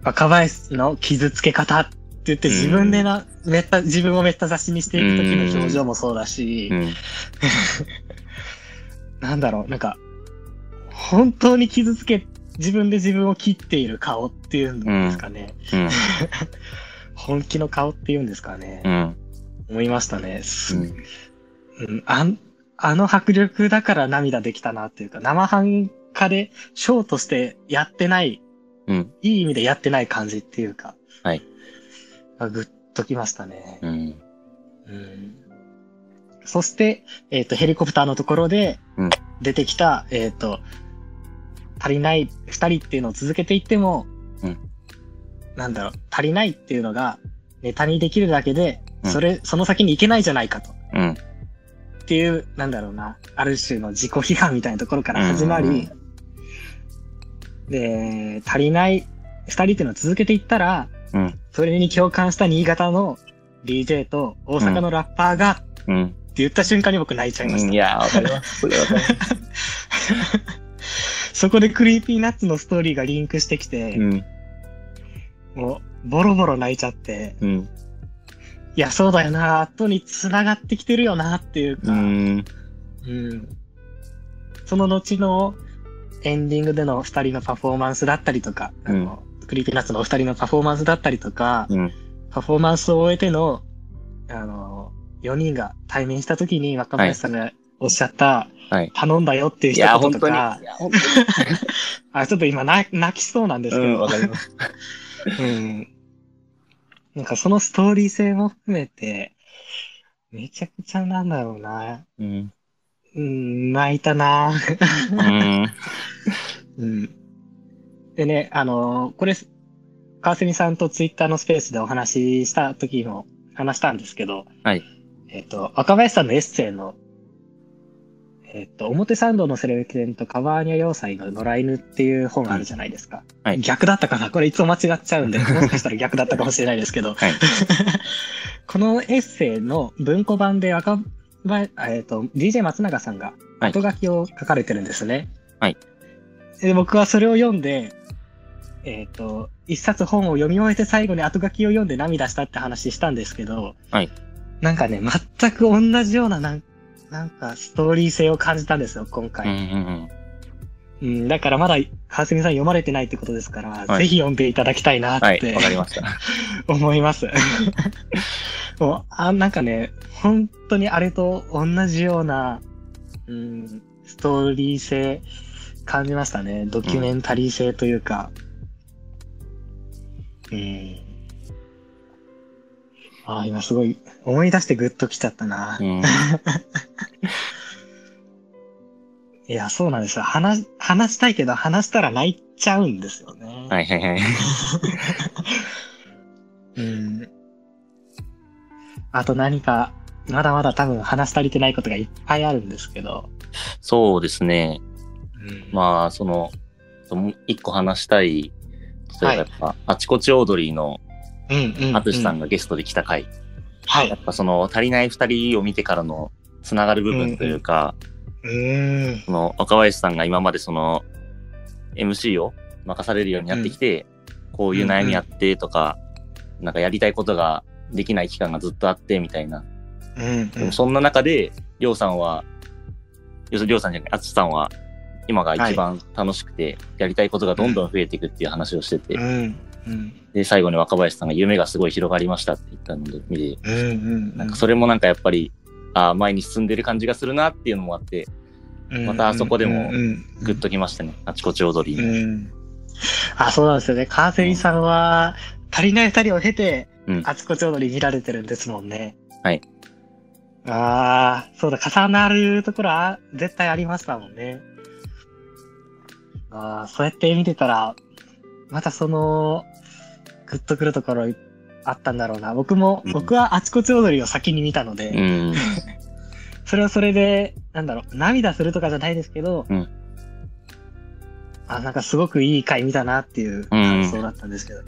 う、若林の傷つけ方って言ってうん自分でな、めった、自分をめった刺しにしていく時の表情もそうだしう、ん。なんだろう、なんか、本当に傷つけ、自分で自分を切っている顔っていうんですかね。うん。本気の顔っていうんですかね。うん。思いましたね。すうんうん、あんあの迫力だから涙できたなっていうか、生半可でショーとしてやってない、うんいい意味でやってない感じっていうか、はいあ。ぐっときましたね。うん。うんそして、えっ、と、ヘリコプターのところでうん出てきた、えっ、と、足りない二人っていうのを続けていっても、うんなんだろう、足りないっていうのがネタにできるだけで、うんそれ、その先に行けないじゃないかと。うん。っていう、なんだろうな、ある種の自己批判みたいなところから始まり、うんうんで、足りない2人っていうのを続けていったら、うんそれに共感した新潟の DJ と大阪のラッパーが、ってうん。言った瞬間に僕泣いちゃいました。いやー、わかります。それはわかりますそこでクリーピーナッツのストーリーがリンクしてきて、うん。もうボロボロ泣いちゃって、うん。いや、そうだよな、後に繋がってきてるよな、っていうか、うん。うんその後のエンディングでの2人のパフォーマンスだったりとか、あのクリーピーナッツのお二人のパフォーマンスだったりとか、うん。パフォーマンスを終えての、あの、4人が対面した時に若林さんがおっしゃった、はい頼んだよっていうい一やー、言本と当に。いかや、、本当に。あ、ちょっと今な泣きそうなんですけど、かります。うん。なんかそのストーリー性も含めて、めちゃくちゃなんだろうな。うん。うん、泣いたな。うん。うん。でね、あのこれ、川澄さんとツイッターのスペースでお話しした時も話したんですけど、はい。えっ、と、若林さんのエッセイの、えっ、と、表参道のセレブ犬とカバーニャ要塞の野良犬っていう本があるじゃないですか。はい逆だったかなこれいつも間違っちゃ うんで、もしかしたら逆だったかもしれないですけど、はい。 このエッセイの文庫版で若林、えっ、と、DJ 松永さんがはい後書きを書かれてるんですね。はい。で、僕はそれを読んで、えっ、と、一冊本を読み終えて最後に後書きを読んで涙したって話したんですけど、はい。なんかね、全く同じような、なんなんかストーリー性を感じたんですよ、今うん。う回。ん。うん、だからまだ、川澄さん読まれてないってことですから、はいぜひ読んでいただきたいなって、はい。わかりました。思います。 もうあなんかね、本当にあれと同じような、うん、ストーリー性感じましたね。ドキュメンタリー性というか。うん。ああ、今すごい思い出してグッときちゃったな。うん。いや、そうなんですよ。話、話したいけど話したら泣いちゃうんですよね。はいはいはい。うん。あと何か、まだまだ多分話し足りてないことがいっぱいあるんですけど。そうですね。うんまあ、その、もう一個話したい。例えばやっぱ、あちこちオードリーのうんうんうん。あさんがゲストで来た回。はいや。っぱその、足りない二人を見てからのつながる部分というか、うーん。その、若林さんが今までその、MC を任されるようになってきて、こういう悩みやってとか、なんかやりたいことができない期間がずっとあってみたいなうんでもそんな中で、りょうさんは、要するにりょうさんじゃない、あつさんは、今が一番楽しくて、やりたいことがどんどん増えていくっていう話をしてて、うん。うん。で、最後に若林さんが夢がすごい広がりましたって言ったので、見て、うんうん。なんかそれもなんかやっぱり、ああ、前に進んでる感じがするなっていうのもあって、うんまたあそこでもうんうんグッときましたね。あちこち踊りうに。ん。あ、そうなんですよね。川澄さんは、足りない二人を経て、うんあちこち踊り見られてるんですもんね。はい。ああ、そうだ、重なるところは絶対ありましたもんね。ああ、そうやって見てたら、またその、グッとくるところあったんだろうな。僕も、うん僕はあちこち踊りを先に見たので、うん。それはそれで、なんだろう、涙するとかじゃないですけど、うんあ、なんかすごくいい回見たなっていう感想だったんですけど、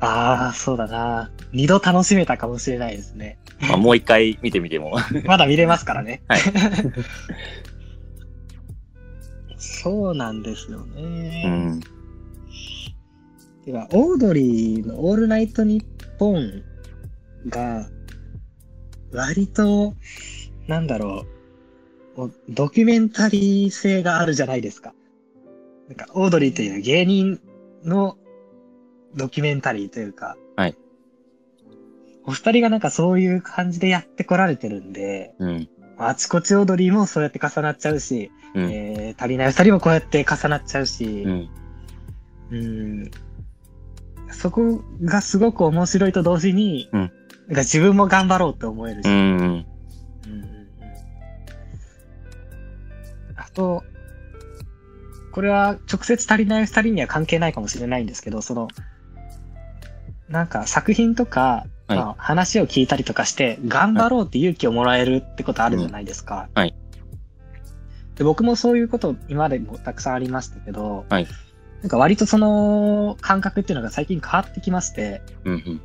ああ、そうだな。二度楽しめたかもしれないですね。まあ、もう一回見てみ ても。まだ見れますからね。 はい そうなんですよね。うん。では、オードリーのオールナイトニッポンが、割と、なんだろう、おドキュメンタリー性があるじゃないですか。なんか、オードリーという芸人のドキュメンタリーというか、はい。お二人がなんかそういう感じでやってこられてるんで、うん。あちこちオードリーもそうやって重なっちゃうし、うん。えー、足りない二人もこうやって重なっちゃうし、うん。うんそこがすごく面白いと同時に、うんなんか自分も頑張ろうって思えるし。うん。うんうんうんあと、これは直接足りない二人には関係ないかもしれないんですけど、その、なんか作品とか、はいまあ話を聞いたりとかして、頑張ろうって勇気をもらえるってことあるじゃないですか。うんはいで僕もそういうこと今までもたくさんありましたけど、はいなんか割とその感覚っていうのが最近変わってきまして、うんうん。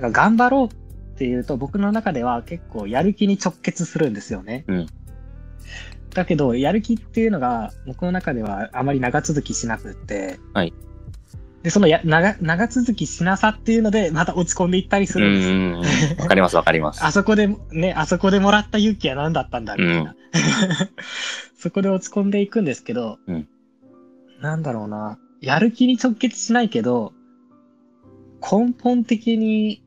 なんか頑張ろうっていうと僕の中では結構やる気に直結するんですよね。うんだけど、やる気っていうのが僕の中ではあまり長続きしなくって、はいで、そのや長長続きしなさっていうのでまた落ち込んでいったりすうんるんですよ。うんうん。わかりますわかります。あそこで、ね、あそこでもらった勇気は何だったんだ、みたいな。 そこで落ち込んでいくんですけど、うんなんだろうな。やる気に直結しないけど、根本的に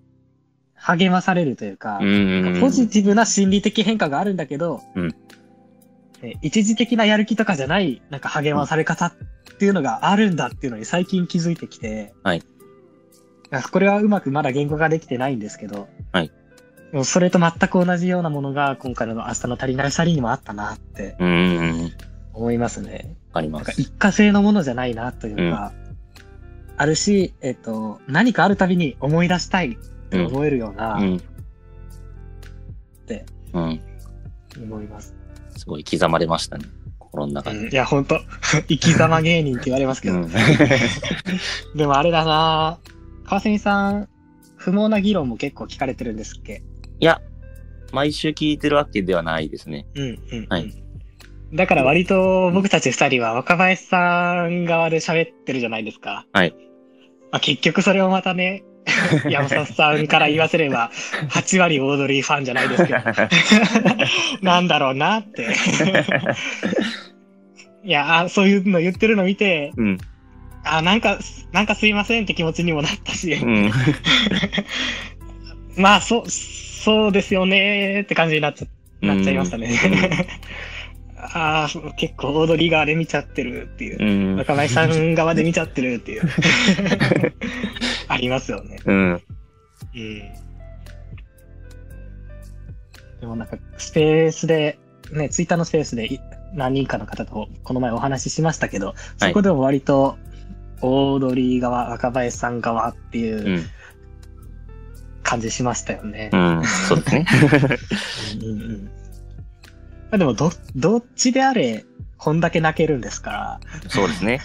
励まされるというか、うんうんうん。ポジティブな心理的変化があるんだけど、うんね一時的なやる気とかじゃない、なんか励まされ方っていうのがあるんだっていうのに最近気づいてきて、はいあこれはうまくまだ言語化できてないんですけど、はいでもそれと全く同じようなものが今回の明日の足りないサリにもあったなってうんうんうん。わ思いますね。かりまなんかす。一過性のものじゃないなというか、あるし、えっ、と、何かあるたびに思い出したいって思えるような、うん。てうん。思います。すごい刻まれましたね。心の中に。いや、ほんと、 生き様芸人って言われますけうど。ん。 でもあれだな川澄さん、不毛な議論も結構聞かれてるんですっけいや、毎週聞いてるわけではないです ね。うんうん、うんはいだから割と僕たち二人は若林さん側で喋ってるじゃないですか。はい。まあ、結局それをまた ね、山里さんから言わせれば、8割オードリーファンじゃないです けど。なんだろうなって。いや、あそういうの言ってるの見て、うん。あ、なんか、なんかすいませんって気持ちにもなったし、うん。まあ、そう、そうですよねーって感じになっちゃなっちゃいましたね。 ああ、そう結構オードリー側で見ちゃってるっていうう。ん。若林さん側で見ちゃってるっていう。ありますよね。うん。。うん。でもなんか、スペースで、ね、ツイッターのスペースでい何人かの方とこの前お話ししましたけど、そこでも割と、オードリー側、若林さん側っていううん感じしましたよね。うん。そうですうね。んうんうんまあでもど、どっちであれ、こんだけ泣けるんですかそうです ね。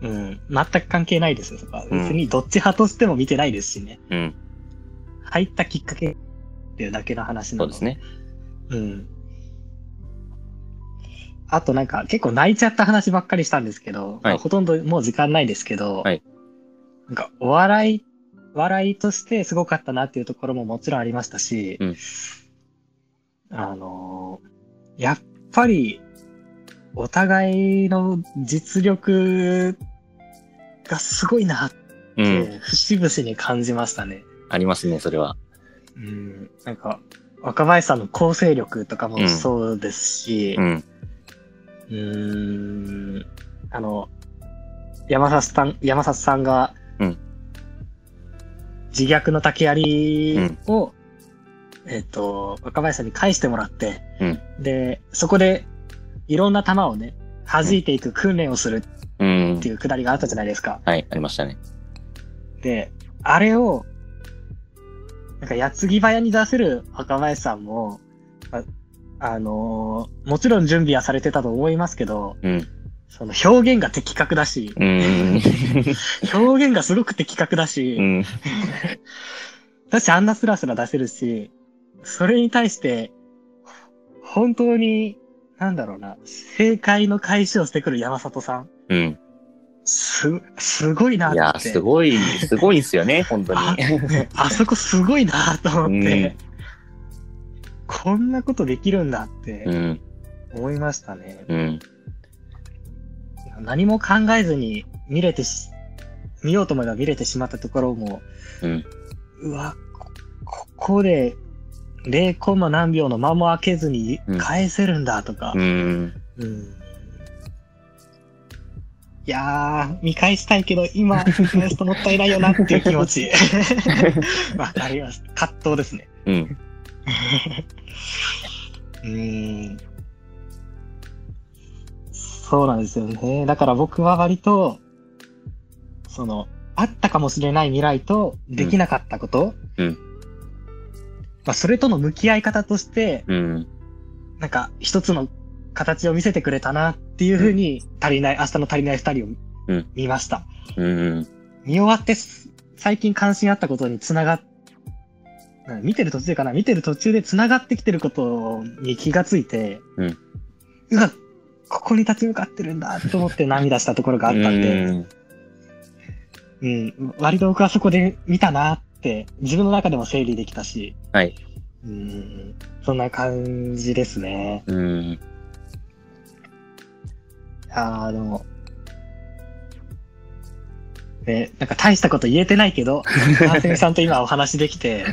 ら、うん、全く関係ないですよ、そこは。うん別にどっち派としても見てないですしね。うん。入ったきっかけっていうだけの話なそうのです。ね。うん。あとなんか、結構泣いちゃった話ばっかりしたんですけど、まあほとんどもう時間ないですけど、はいなんか、お笑い、笑いとしてすごかったなっていうところももちろんありましたし、うんあのーやっぱり、お互いの実力がすごいなっうん。て、節々に感じましたね。ありますね、それは。うん、なんか、若林さんの構成力とかうもんそうですし、うん。うーんあの、山里さん、山里さんが、うん自虐の竹槍んを、えっ、と、若林さんに返してもらって、うんで、そこで、いろんな球をね、弾いていく訓練をするうっんて。いうくだりがあったじゃないですか。はい、ありましたね。で、あれを、なんか、矢継ぎ早に出せる若林さんも、あ、あのーもちろん準備はされてたと思いますけど、うん。その表現が的確だ し、うん。表現がすごく的確だうし、ん。だしあんなスラスラ出せるし、それに対して、本当に、なんだろうな、正解の返しをしてくる山里さん、うん。す、すごいなっいて。や、すごい、すごいんすよね、本当に。あねあそこすごいなと思って、うんこんなことできるんだってうん。思いましたね。うん。何も考えずに見れてし、見ようと思えば見れてしまったところも、うん。うわ、こここで0コンマ何秒の間も開けずにうん返せるんだとかう。ん。うんいやー、見返したいけど、今、リクエストもったいないよなっていう気持 ち。 わかります。葛藤ですね。うん。うーんそうなんですよね。だから僕は割と、その、あったかもしれない未来と、できなかったこと、うんうんまあ、それとの向き合い方として、うん。なんか、一つの形を見せてくれたなっていうふうに、足りない、明日の足りない二人をうん見ました。うん。見終わってす最近関心あったことにつながっ、なんか見てる途中かな見てる途中でつながってきてることに気がついて、うんうわ、ここに立ち向かってるんだと思って涙したところがあったんで、うんうん、割と僕はそこで見たなって、自分の中でも整理できたし、はい。うん、そんな感じですね。うん。あーでも、ね、なんか大したこと言えてないけ ど、川澄さんと今お話できて、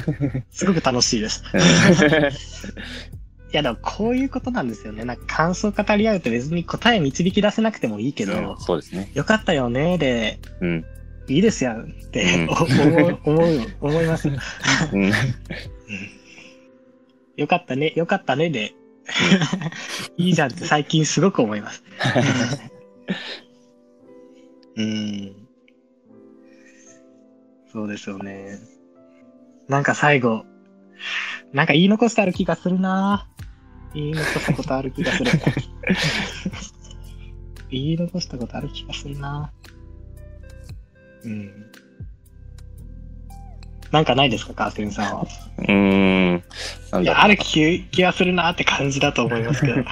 すごく楽しいです。いや、でもこういうことなんですよね。なんか感想語り合うと別に答え導き出せなくてもいいけど、 そうですね。よかったよねで、うん。いいですやんってうん思う、思う、思います。 うんよかったね、よかったねで、いいじゃん って最近すごく思います。 うん。そうですよね。なんか最後、なんか言い残してある気がするな言い残したことある気がす る。言い残したことある気がするなうん。なんかないですか、カーセンさんは。うん。なんいだや、ろある気気がするなって感じだと思いますけ ど。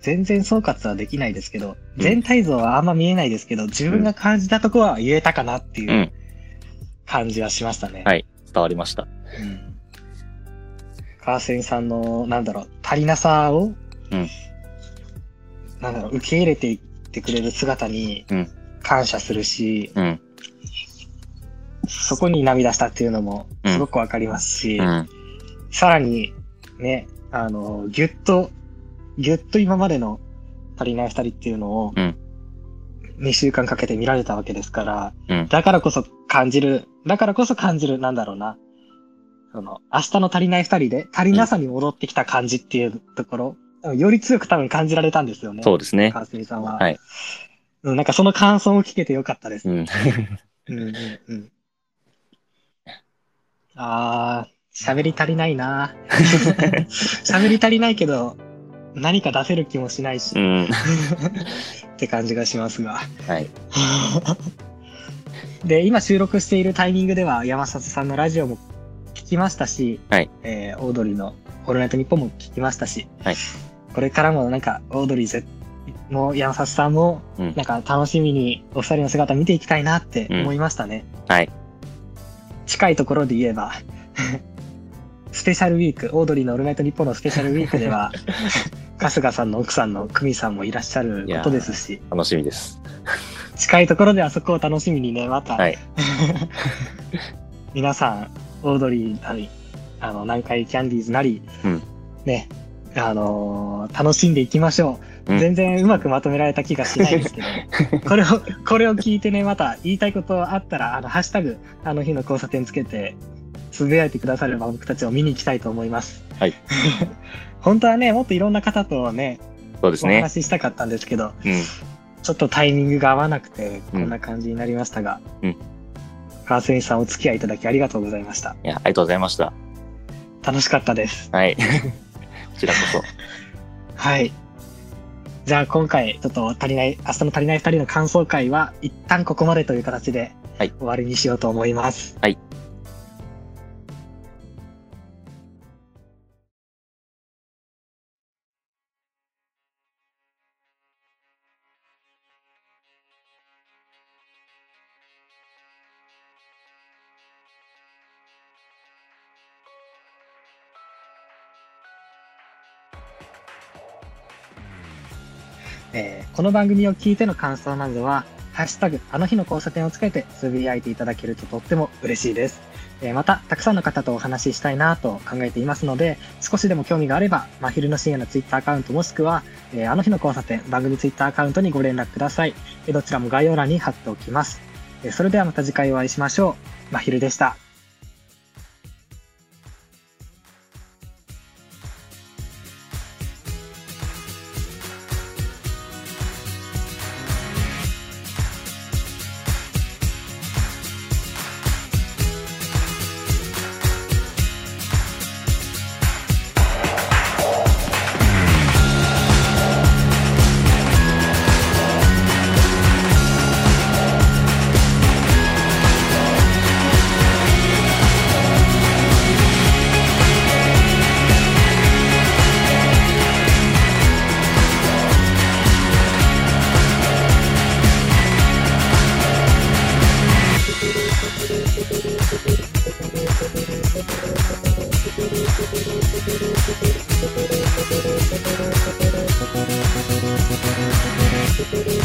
全然総括はできないですけど、うん全体像はあんま見えないですけど、自分が感じたとこは言えたかなってう。う。いうん感じはしましたね。はい。伝わりました。うん川瀬さんの、なんだろう、足りなさを、うんなんだろう、受け入れていってくれる姿にうん感謝するし、うん。そこに涙したっていうのもうんすごくわかりますし、うん。さらに、ね、あの、ぎゅっと、ぎゅっと今までの足りない二人っていうのを、うん2週間かけて見られたわけですから、うんだからこそ感じる、だからこそ感じる、なんだろうな。その、明日の足りない二人で、足りなさに戻ってきた感じっていうところ、より強く多分感じられたんですよね。。そううですね。川澄さんは。はいうん。なんかその感想も聞けてよかったですう。ん。うんうんうん。あー、喋り足りないな。 喋り足りないけど、何か出せる気もしないし、うん。って感じがしますが。はい。で、今収録しているタイミングでは、山里さんのラジオも聞きましたし、はいえーオードリーの「オールナイトニッポン」も聞きましたし、はいこれからもなんか、オードリーぜも山里さんも、うんなんか楽しみにお二人の姿見ていきたいなって思いましたね。はい。近いところで言えば、 スペシャルウィーク、オードリーのオールナイトニッポンのスペシャルウィークで は、春日さんの奥さんの久美さんもいらっしゃることですし、楽しみです。近いところではそこを楽しみにね、また、はい。皆さん、オードリーなり、あの、南海キャンディーズなり、うんね、あのー楽しんでいきましょう。うん全然うまくまとめられた気がしないですけど、 これを、これを聞いてね、また言いたいことあったら、あの、ハッシュタグ、あの日の交差点つけて、つぶやいてくだされば僕たちを見に行きたいと思います。はい。 本当はね、もっといろんな方とね、そうですおね。話ししたかったんですけど、うん。ちょっとタイミングが合わなくて、こうんんな感じになりましたが、うん川澄さんお付き合いいただきありがとうございました。いや、ありがとうございました。楽しかったです。はい。こちらこそ。はい。じゃあ今回、ちょっと足りない、明日の足りない二人の感想会は、一旦ここまでという形で、はい終わりにしようと思います。はい。えーこの番組を聞いての感想などは、ハッシュタグ、あの日の交差点をつけてつぶやいていただけるととっても嬉しいです。えーまた、たくさんの方とお話ししたいなと考えていますので、少しでも興味があれば、まひるの深夜のツイッターアカウントもしくは、えーあの日の交差点、番組ツイッターアカウントにご連絡ください。えーどちらも概要欄に貼っておきます。えーそれではまた次回お会いしましょう。まひるでした。 「 「